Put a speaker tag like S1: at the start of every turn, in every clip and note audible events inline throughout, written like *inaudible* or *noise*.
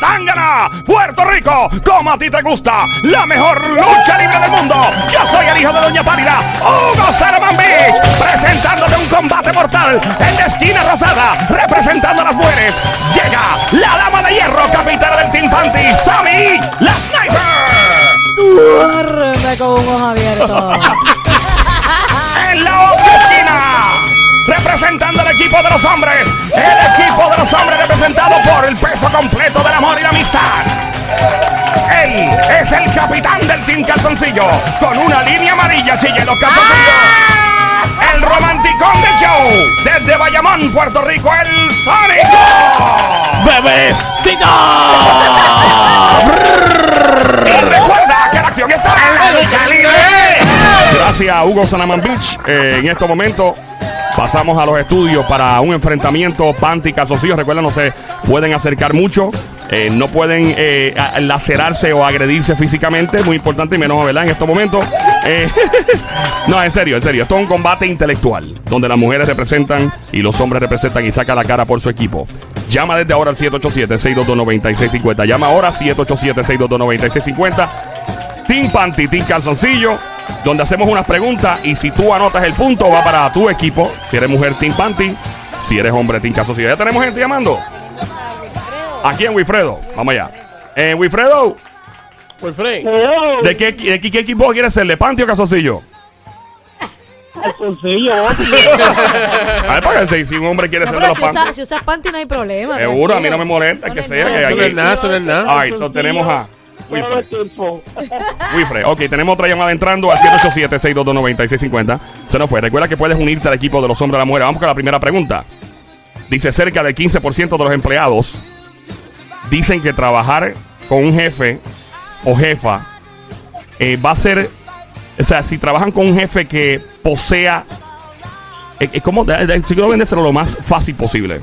S1: Dominicana, Puerto Rico, como a ti te gusta, la mejor lucha libre del mundo. Yo soy el hijo de Doña Pálida, Hugo Salaman Beach, presentándote un combate mortal en la esquina rosada, representando a las mujeres. Llega la dama de hierro, capitana del Team Panty, Sammy, la Sniper.
S2: Duerme con un ojo
S1: *laughs*
S2: abierto.
S1: en la otra esquina. Representando al equipo de los hombres. El equipo de los hombres representado por el peso completo del amor y la amistad. Él es el capitán del Team Calzoncillo. Con una línea amarilla, chille los calzoncillos. El romanticón del show. Desde Bayamón, Puerto Rico, el Sónico.
S3: ¡Bebecito!
S1: Y recuerda que la acción está en la lucha libre. Gracias a Hugo Sanaman Beach. Eh, en estos momentos pasamos a los estudios para un enfrentamiento Panty Calzoncillos. Recuerda, no se pueden acercar mucho. eh, no pueden eh, a- lacerarse o agredirse físicamente, muy importante y menos, ¿verdad? En estos momentos. Eh, *laughs* no, en serio, en serio. Esto es un combate intelectual, donde las mujeres representan y los hombres representan y saca la cara por su equipo. Llama desde ahora al 787-622-9650. Llama ahora 787-622-9650. Team Panty, Team Calzoncillo, donde hacemos unas preguntas y si tú anotas el punto va para tu equipo. Si eres mujer, Team Panty. Si eres hombre, Team Calzoncillo. Ya tenemos gente llamando. Aquí en Wilfredo. Vamos allá. Eh, Wilfredo,
S3: Wilfred,
S1: ¿de qué, de qué- qué equipo quieres ser? ¿De Panty o Calzoncillo? *laughs* A ver, para que si- si un hombre quiere
S2: No,
S1: ser de
S2: pero
S1: los
S2: si usa-
S1: Panty.
S2: si usas panty no hay problema.
S1: Seguro, a mí no me
S2: tranquilo.
S1: molesta que
S2: No,
S1: sea.
S2: no,
S1: Que
S2: no,
S3: eso no
S1: hay-
S3: es nada, eso no es nada.
S1: Ay, so tenemos a Wilfred.
S4: tiempo.
S1: *laughs* Wifre, ok, tenemos otra llamada entrando al 787-622-9650. Se nos fue. Recuerda que puedes unirte al equipo de los hombres a la mujer. Vamos con la primera pregunta. Dice: cerca del 15% de los empleados dicen que trabajar con un jefe o jefa eh, va a ser. O sea, si trabajan con un jefe que posea. eh, eh, ¿Cómo? Eh, eh, Si quiero vendérselo lo más fácil posible.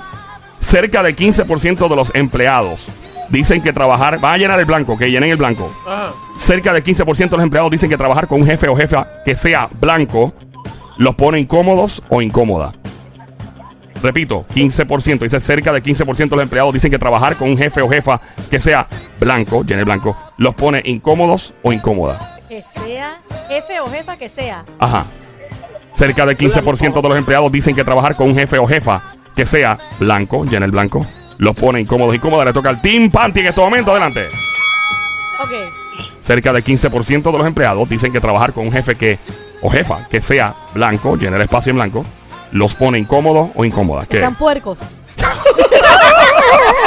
S1: Cerca del 15% de los empleados dicen que trabajar. Van a llenar el blanco, que llenen el blanco.
S3: Ajá.
S1: Cerca del 15% de los empleados dicen que trabajar con un jefe o jefa que sea blanco los pone incómodos o incómoda. Repito, 15%. Dice cerca del 15% de los empleados dicen que trabajar con un jefe o jefa que sea blanco, llene blanco, los pone incómodos o incómoda.
S2: Que sea jefe o jefa que sea.
S1: Ajá. Cerca del 15% de los empleados dicen que trabajar con un jefe o jefa que sea blanco, llene el blanco, los pone incómodos, incómoda. Le toca al Team Panty en este momento. Adelante.
S2: Ok.
S1: Cerca del 15% de los empleados dicen que trabajar con un jefe que o jefa que sea blanco, llena el espacio en blanco, los pone incómodos o incómodas.
S2: Que
S1: ¿Qué?
S2: sean puercos.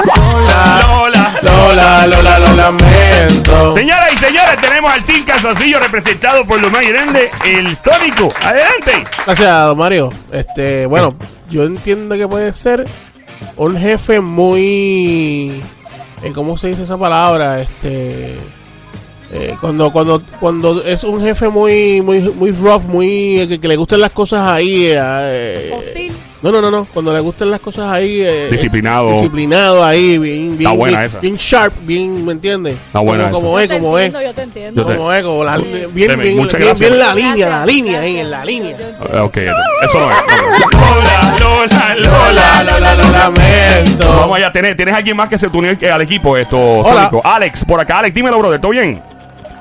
S1: Lola.
S3: Lola, Lola, lo lamento.
S1: Señoras y señores, tenemos al Team Calzoncillo representado por lo más grande, el Tónico. ¡Adelante!
S3: Gracias, don Mario. Este, bueno, yo entiendo que puede ser un jefe muy. eh, ¿Cómo se dice esa palabra? Este. eh, cuando, cuando, cuando es un jefe muy, muy, muy rough, muy eh, que, que le gustan las cosas ahí. eh,
S2: Hostil.
S3: no, no, no, no. Cuando le gustan las cosas ahí. eh,
S1: Disciplinado.
S3: Disciplinado ahí, bien, bien,
S1: buena
S3: bien,
S1: esa.
S3: bien sharp, bien, ¿me entiendes?
S1: Está buena
S3: como, como
S2: Yo
S3: es,
S2: te
S3: como es.
S2: entiendo, yo te entiendo.
S1: Yo te-
S3: Como es, como la- bien, bien,
S1: Deme, muchas
S3: bien, bien la
S1: gracias.
S3: línea, la
S2: Gracias,
S3: línea,
S2: gracias.
S3: ahí, en la línea.
S2: Yo- yo-
S1: Eh, Ok, eso no es. Lola, Lola,
S3: Lola, Lola, lo
S1: Vamos
S3: lamento.
S1: allá, ¿tienes, tienes alguien más que se unió al equipo esto,
S3: Hola.
S1: Tónico? Alex, por acá, Alex, dímelo, brother, ¿todo bien?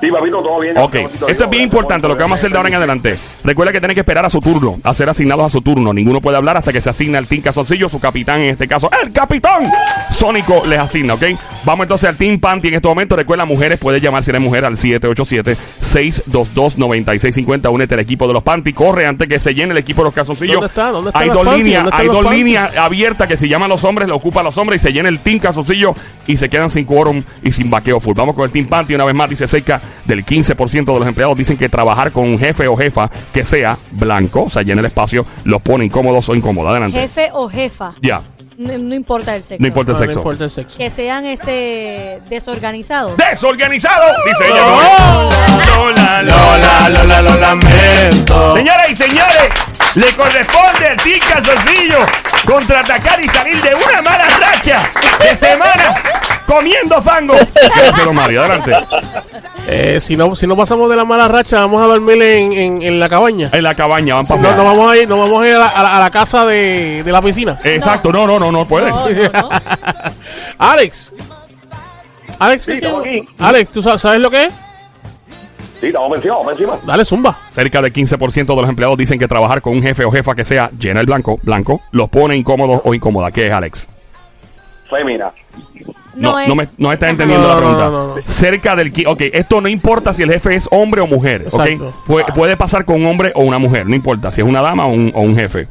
S4: Sí, papito, todo bien.
S1: Ok, esto es bien importante lo que vamos a hacer de ahora en adelante. Recuerda que tienen que esperar a su turno, a ser asignados a su turno. Ninguno puede hablar hasta que se asigna el Team Casoncillo, su capitán en este caso, el capitán Sónico les asigna, ¿ok? Vamos entonces al Team Panty en este momento. Recuerda, mujeres, puedes llamar si eres mujer al 787-622-9650. Únete al equipo de los Panty. Corre antes que se llene el equipo de los Casoncillos.
S3: ¿Dónde está? ¿Dónde están
S1: Hay
S3: los
S1: dos
S3: Panty?
S1: líneas,
S3: ¿Dónde están
S1: hay
S3: los
S1: dos
S3: Panty?
S1: líneas abierta que si llaman los hombres, lo ocupan los hombres y se llena el Team Casoncillo y se quedan sin quórum y sin vaqueo full. Vamos con el Team Panty una vez más. Dice cerca del 15% de los empleados dicen que trabajar con un jefe o jefa que sea blanco, o sea, llena el espacio, los pone incómodos o incómodos. Adelante.
S2: Jefe o jefa.
S1: Ya,
S2: No, no importa el sexo.
S1: no importa el
S3: No, no
S1: sexo.
S3: importa el sexo.
S2: Que sean este desorganizados.
S1: ¡Desorganizado! Dice ella.
S3: No.
S1: No, la, la.
S3: Lola, Lola, lo lamento.
S1: Señoras y señores, le corresponde al Team Calzoncillo contraatacar y salir de una mala racha de semana comiendo fango. Gracias, don Mario. Adelante.
S3: Eh, si, no, si no pasamos de la mala racha, vamos a dormir en, en, en la cabaña.
S1: En la cabaña van
S3: No,
S1: para
S3: no vamos a ir, no vamos a ir a la, a la- a la casa de, de la piscina.
S1: Exacto, no, no, no, no puede.
S2: No, no, no.
S3: Alex, Alex,
S4: Sí, estamos aquí.
S3: Alex, ¿tú sa- sabes lo que es?
S4: Sí, estamos por encima, vamos por encima.
S3: Dale zumba.
S1: Cerca del 15% de los empleados dicen que trabajar con un jefe o jefa que sea llena el blanco, blanco, los pone incómodos o incómoda. ¿Qué es, Alex?
S4: Fémina.
S2: No,
S1: no,
S2: es.
S1: me, no estás
S2: Ajá.
S1: entendiendo
S3: No,
S1: la
S3: no,
S1: pregunta.
S3: no, no, no.
S1: Cerca del... qui- Ok, esto no importa si el jefe es hombre o mujer. ¿ok?
S3: Exacto.
S1: Pu- puede pasar con un hombre o una mujer, no importa si es una dama o un, o un jefe.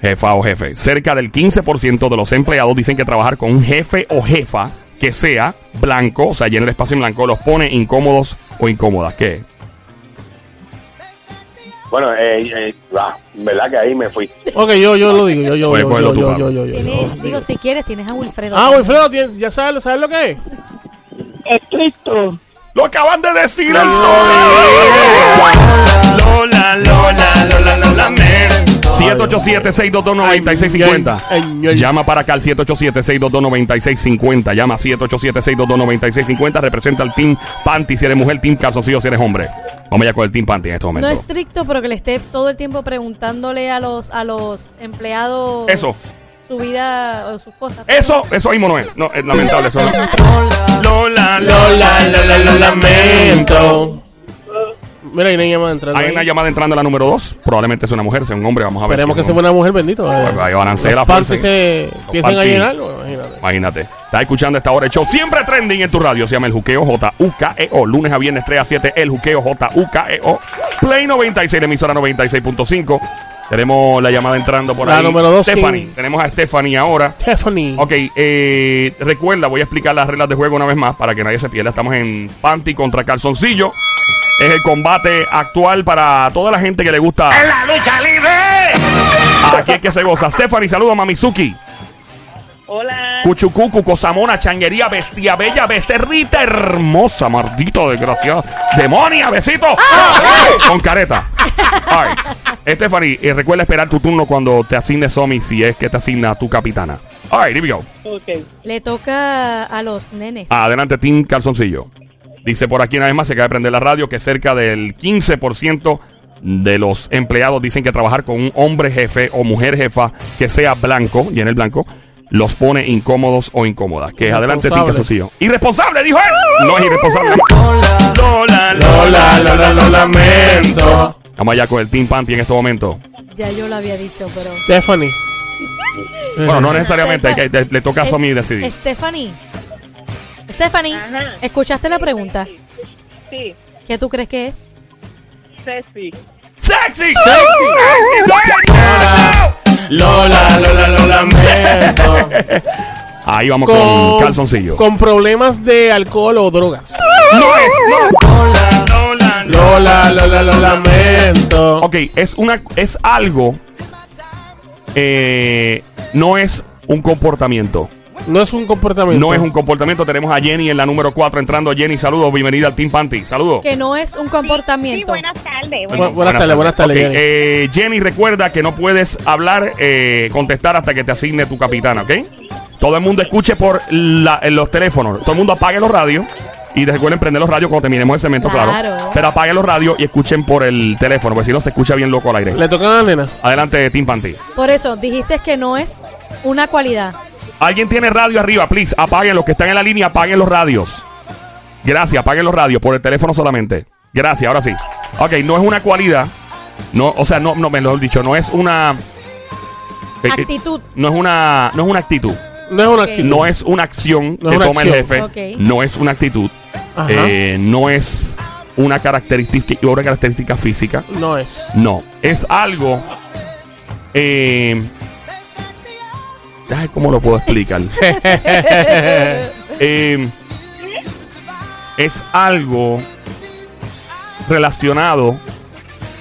S1: Jefa o jefe. Cerca del 15% de los empleados dicen que trabajar con un jefe o jefa que sea blanco, o sea, llena el espacio en blanco, los pone incómodos o incómodas. ¿Qué?
S4: Bueno, eh, eh, ah, verdad que ahí me fui.
S3: Ok, yo, yo lo digo. Yo, yo,
S1: Pues,
S3: yo,
S1: ponlo
S3: yo,
S1: tú,
S3: yo,
S1: Pablo.
S3: yo, yo, yo,
S2: Tienes-
S3: yo.
S2: digo, si quieres, tienes a Wilfredo.
S3: Ah, Wilfredo, tienes- ya sabes, ¿sabes lo que es?
S5: Estricto.
S1: ¡Lo acaban de decir el sol! Lola, Lola, Lola, Lola, men. 787-622-9650. Llama para acá al 787-622-9650. Llama 787-622-9650. Representa al Team Panty si eres mujer, Team Calzoncillo si eres hombre. Vamos ya con el Team Panty en este
S2: No
S1: momento.
S2: estricto, pero que le esté todo el tiempo preguntándole a los, a los empleados
S1: Eso.
S2: su vida o sus cosas.
S1: Eso, eso mismo no es. No, es lamentable eso. no. Lola,
S3: Lola, Lola, lo lamento. Mira, hay una llamada entrando.
S1: Hay
S3: ahí.
S1: una llamada entrando la número 2. Probablemente sea una mujer, sea un hombre. Vamos a ver.
S3: Esperemos
S1: si
S3: que
S1: es
S3: sea
S1: un hombre.
S3: una mujer, bendito.
S1: Pues, ahí balancea
S3: Las
S1: la
S3: partes
S1: fuerza.
S3: se empiezan a
S1: partes.
S3: llenarlo, imagínate.
S1: Imagínate. Estás escuchando esta hora el show siempre trending en tu radio. Se llama El Juqueo J-U-K-E-O. E Lunes a viernes 3 a 7. El Juqueo J-U-K-E-O. E Play 96, la emisora 96.5. Tenemos la llamada entrando por
S3: La
S1: ahí.
S3: número dos,
S1: Stephanie.
S3: Kings.
S1: Tenemos a Stephanie ahora.
S3: Stephanie.
S1: Ok, eh, recuerda, voy a explicar las reglas de juego una vez más para que nadie se pierda. Estamos en Panty contra Calzoncillo. Es el combate actual para toda la gente que le gusta. ¡En la lucha libre! Aquí es que se goza. Stephanie, saludos, Mamizuki.
S5: Hola.
S1: Cuchucucu, cosamona, changuería, bestia bella, becerrita hermosa, maldito desgraciado. Demonia, besito. Ah, Con careta. All right. Stephanie, eh, recuerda esperar tu turno cuando te asigne Somi, si es que te asigna tu capitana. All right, here we go.
S5: Ok.
S2: Le toca a los nenes.
S1: Adelante, Team Calzoncillo. Dice por aquí una vez más, se acaba de prender la radio, que cerca del 15% de los empleados dicen que trabajar con un hombre jefe o mujer jefa que sea blanco, y en el blanco, los pone incómodos o incómodas. Que adelante, Team
S3: Irresponsable.
S1: Calzoncillo. ¡Irresponsable! ¡Dijo él! No es irresponsable. Lola,
S3: Lola, Lola, lo lamento.
S1: Vamos allá con el Team Panty en este momento.
S2: Ya yo lo había dicho, pero.
S3: Stephanie.
S1: Bueno, no necesariamente, hay que- le, le toca a Somi
S2: Eh. Es-
S1: decidir.
S2: Stephanie. Stephanie,
S5: Ajá.
S2: ¿escuchaste la pregunta?
S5: Sí.
S2: ¿Qué tú crees que es?
S5: Sexy.
S1: ¡Sexy! ¡Sexy!
S3: Lola, Lola, lo lamento.
S1: Ahí vamos con, calzoncillo.
S3: Con problemas de alcohol o drogas.
S1: No es, no.
S3: Lola, Lola, lo lamento.
S1: Ok, es una es algo eh, no es un comportamiento.
S3: No es un comportamiento.
S1: No es un comportamiento. Tenemos a Jenny en la número 4 entrando. Jenny, saludos, bienvenida al Team Panty. Saludos.
S2: Que no es un
S5: Sí,
S2: comportamiento.
S5: buenas tardes.
S3: Bu- buenas, tardes, buenas tardes,
S1: Ok,
S3: Jenny.
S1: eh, Jenny, recuerda que no puedes hablar, eh, contestar hasta que te asigne tu capitana, ¿ok? Todo el mundo escuche por la- en los teléfonos. Todo el mundo apague los radios. Y recuerden prender los radios cuando terminemos el cemento, claro.
S2: Claro.
S1: Pero apague los radios y escuchen por el teléfono, porque si no se escucha bien loco al aire.
S3: Le tocan a la nena.
S1: Adelante, Team Panty.
S2: Por eso, dijiste que no es una cualidad.
S1: Alguien tiene radio arriba, please. Apaguen los que están en la línea, apaguen los radios. Gracias, apaguen los radios por el teléfono solamente. Gracias, ahora sí. Ok, no es una cualidad. No, o sea, no, no, mejor dicho, no es una. eh, eh,
S2: Actitud.
S1: No es una. No es una actitud.
S3: No es una
S2: Ok.
S3: actitud.
S1: No es una acción
S3: No es
S1: que
S3: una
S1: toma el
S3: acción.
S1: jefe.
S2: Ok.
S1: No es una actitud.
S3: Ajá.
S1: Eh, no es una característica, una característica física.
S3: No es.
S1: No, es algo. Eh, ay, ¿Cómo lo puedo explicar? Eh, es algo relacionado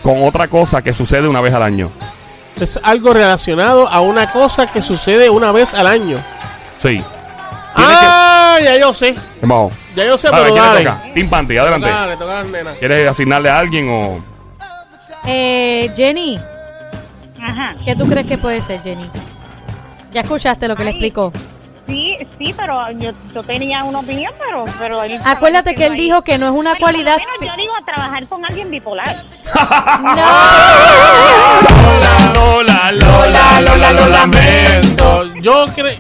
S1: con otra cosa que sucede una vez al año.
S3: Es algo relacionado a una cosa que sucede una vez al año.
S1: Sí.
S3: Ah, ya yo sé.
S1: Vamos.
S3: Ya yo sé,
S1: Dale,
S3: pero
S1: ¿quién le
S3: dale.
S1: toca? Team Panty, adelante.
S3: Toca, le toca a la nena.
S1: ¿Quieres asignarle a alguien o.?
S2: Eh, Jenny,
S5: Ajá.
S2: ¿qué tú crees que puede ser, Jenny? Ya escuchaste lo que le
S5: Ay.
S2: explicó.
S5: Sí, sí, pero yo, yo tenía una opinión, pero... pero él-
S2: Acuérdate que él dijo que no es una
S5: Bueno, por lo
S2: cualidad.
S5: menos
S2: fi-
S5: Yo digo trabajar con alguien bipolar.
S2: No.
S1: Lola, Lola,
S3: Lola, Lola, lo lamento. Yo creo.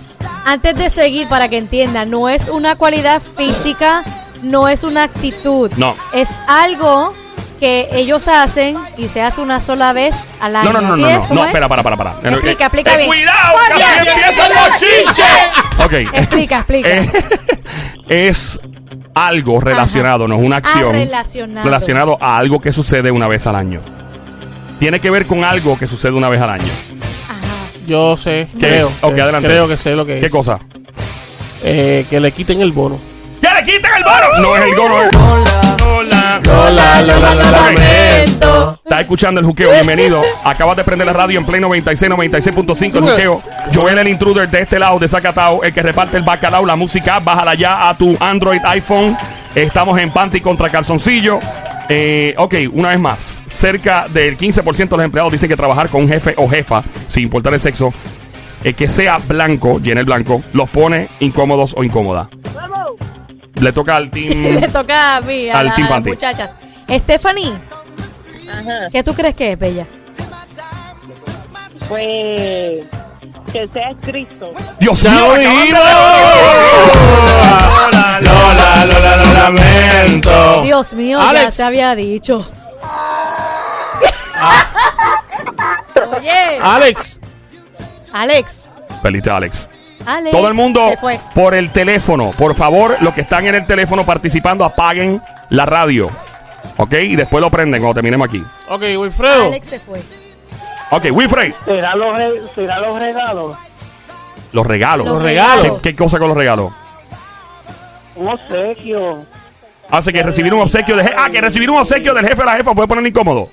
S2: Antes de seguir, para que entiendan, no es una cualidad física, no es una actitud.
S1: No.
S2: Es algo que ellos hacen y se hace una sola vez al año.
S1: No, no, no, no,
S2: ¿Sí
S1: no,
S2: es?
S1: no,
S2: ¿Cómo es?
S1: espera, para, para, para.
S2: Explica,
S1: Eh,
S2: explica
S1: eh,
S2: bien.
S1: ¡Cuidado! ¡Casi
S2: Cuidado,
S1: empiezan los chinches! Ok.
S2: Explica, explica.
S1: Eh, es algo relacionado, no es una acción.
S2: Ah, relacionado.
S1: relacionado a algo que sucede una vez al año. Tiene que ver con algo que sucede una vez al año.
S2: Ajá.
S3: Yo sé,
S1: ¿Qué
S3: creo.
S1: es? Ok,
S3: que-
S1: adelante.
S3: Creo que sé lo que es.
S1: ¿Qué cosa?
S3: Eh, que le quiten el bono.
S1: ¡Ya le quitan el bono! No es el bono. es- Hola.
S3: Lola,
S2: Lola, lo lamento.
S1: Estás escuchando el juqueo, bienvenido. Acabas de prender la radio en Play 96, 96.5, el juqueo. Joel el intruder de este lado, de Zacatao, el que reparte el bacalao, la música, bájala ya a tu Android, iPhone. Estamos en panty contra calzoncillo. Eh, ok, una vez más, cerca del 15% de los empleados dicen que trabajar con un jefe o jefa, sin importar el sexo, el que sea blanco, llena el blanco, los pone incómodos o incómoda. Le toca al team...
S3: *laughs*
S2: Le toca a mí, a,
S1: Al
S2: la-
S1: Team
S2: a las
S1: Panty.
S2: muchachas. Stephanie,
S5: Ajá.
S2: ¿qué tú crees que es, Bella?
S5: Pues que sea Cristo.
S1: Dios
S3: ¡Ya
S1: mío,
S3: lo
S1: acaban de-
S3: dijimos! *laughs*
S1: Lola,
S3: Lola, Lola, lo lamento.
S2: Dios mío, ya
S3: Alex.
S2: se había dicho. Oye,
S3: Alex,
S2: Alex.
S1: Feliz Alex.
S2: Alex.
S1: Todo el mundo
S2: Se fue.
S1: por el teléfono. Por favor, los que están en el teléfono participando, apaguen la radio. ¿Ok? Y después lo prenden cuando terminemos aquí.
S3: ok, Wilfredo.
S2: Alex se fue.
S1: Ok, Winfrey,
S6: ¿Será los, re- será los regalos?
S1: los regalos.
S3: Los regalos.
S1: ¿Qué, qué cosa con los regalos?
S6: Un obsequio.
S1: Hace Ah, que recibir un obsequio del jefe. Ah, que recibir un obsequio del jefe a la jefa puede poner incómodo.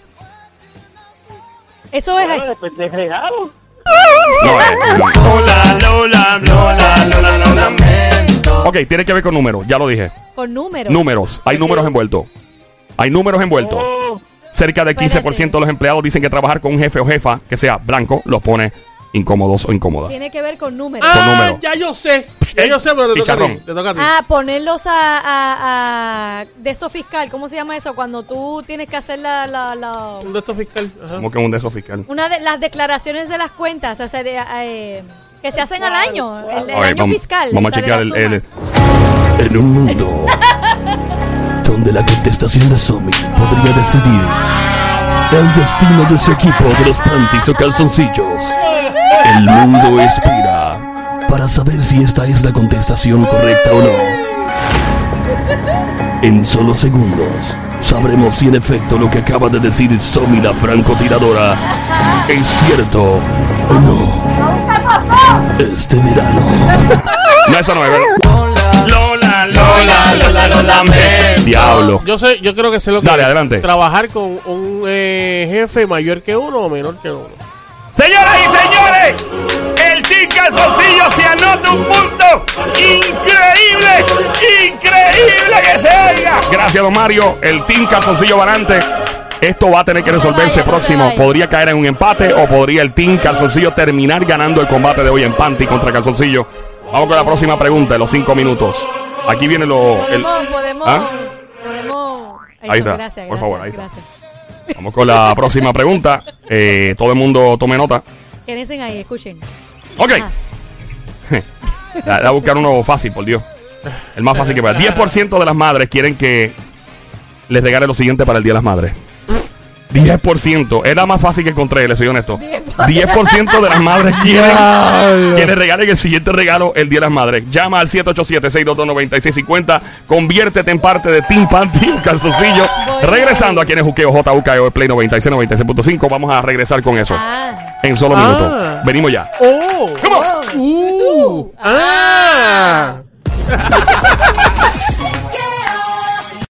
S2: Eso es.
S6: Bueno, de, de regalo.
S1: No, eh, no.
S3: Lola, lo lamento.
S1: Ok, tiene que ver con números, ya lo dije.
S2: Con números.
S1: Números, hay números envueltos. Hay números envueltos.
S6: Oh,
S1: Cerca del 15%
S2: Espérate.
S1: de los empleados dicen que trabajar con un jefe o jefa que sea blanco los pone incómodos o incómodas.
S2: Tiene que ver con números.
S1: Con
S3: Ah,
S1: número.
S3: ya yo sé. Ya yo sé, pero te toca a ti.
S1: Picharrón.
S3: Te toca a ti.
S2: Ah, ponerlos a, a- a- de esto fiscal, ¿cómo se llama eso? Cuando tú tienes que hacer la, la- la-
S3: Un de estos fiscal. Ajá.
S1: Como que un de esos fiscal.
S2: una de las declaraciones de las cuentas, o sea, de, eh, que se hacen al año, el, el
S1: Ok,
S2: año
S1: vamos-
S2: fiscal.
S1: Vamos a
S2: o sea, de
S1: chequear el,
S2: las sumas.
S1: el-
S7: En un mundo donde la contestación de Somi podría decidir el destino de su equipo de los panties o calzoncillos, el mundo espera para saber si esta es la contestación correcta o no. En solo segundos sabremos si en efecto lo que acaba de decir Somi la francotiradora es cierto o no. Este verano.
S1: No, eso no es, ¿verdad? Lola, Lola,
S3: Lola, lo lamento.
S1: Diablo.
S3: Yo sé, yo creo que sé lo que
S1: Dale,
S3: es.
S1: adelante.
S3: Trabajar con un eh, jefe mayor que uno o menor que uno.
S1: Señoras y señores, el Team Calzoncillo se anota un punto increíble, increíble que se oiga. Gracias, don Mario. El Team Calzoncillo Varante. Esto va a tener que resolverse
S2: vaya, no
S1: próximo.
S2: vaya.
S1: Podría caer en un empate o podría el Team Calzoncillo terminar ganando el combate de hoy en Panty contra Calzoncillo. Vamos con la próxima pregunta en los cinco minutos. Aquí viene lo. el-
S2: Podemos, podemos,
S1: ¿Ah?
S2: podemos. Eso,
S1: Ahí está,
S2: Gracias,
S1: por
S2: gracias,
S1: favor, ahí está.
S2: gracias.
S1: Vamos con la próxima pregunta. Eh, todo el mundo tome nota.
S2: Quédense ahí, escuchen.
S1: Ok.
S2: Ah.
S1: *laughs* Voy a buscar uno fácil, por Dios. El más fácil que pueda. 10% de las madres quieren que les regale lo siguiente para el Día de las Madres. 10%. Es la más fácil que encontré, les soy honesto. 10% de las madres quieren que les regalen el siguiente regalo el Día de las Madres. Llama al 787-622-9650. Conviértete en parte de Team Panty, un calzoncillo.
S2: Voy,
S1: Regresando a quienes juqueo JUKEO E, Play 96, 96.5. Vamos a regresar con eso
S2: Ah,
S1: en solo
S3: Ah.
S1: minutos. Venimos ya.
S3: ¡Oh!
S1: Come on.
S3: ¡Uh! ¡Ah!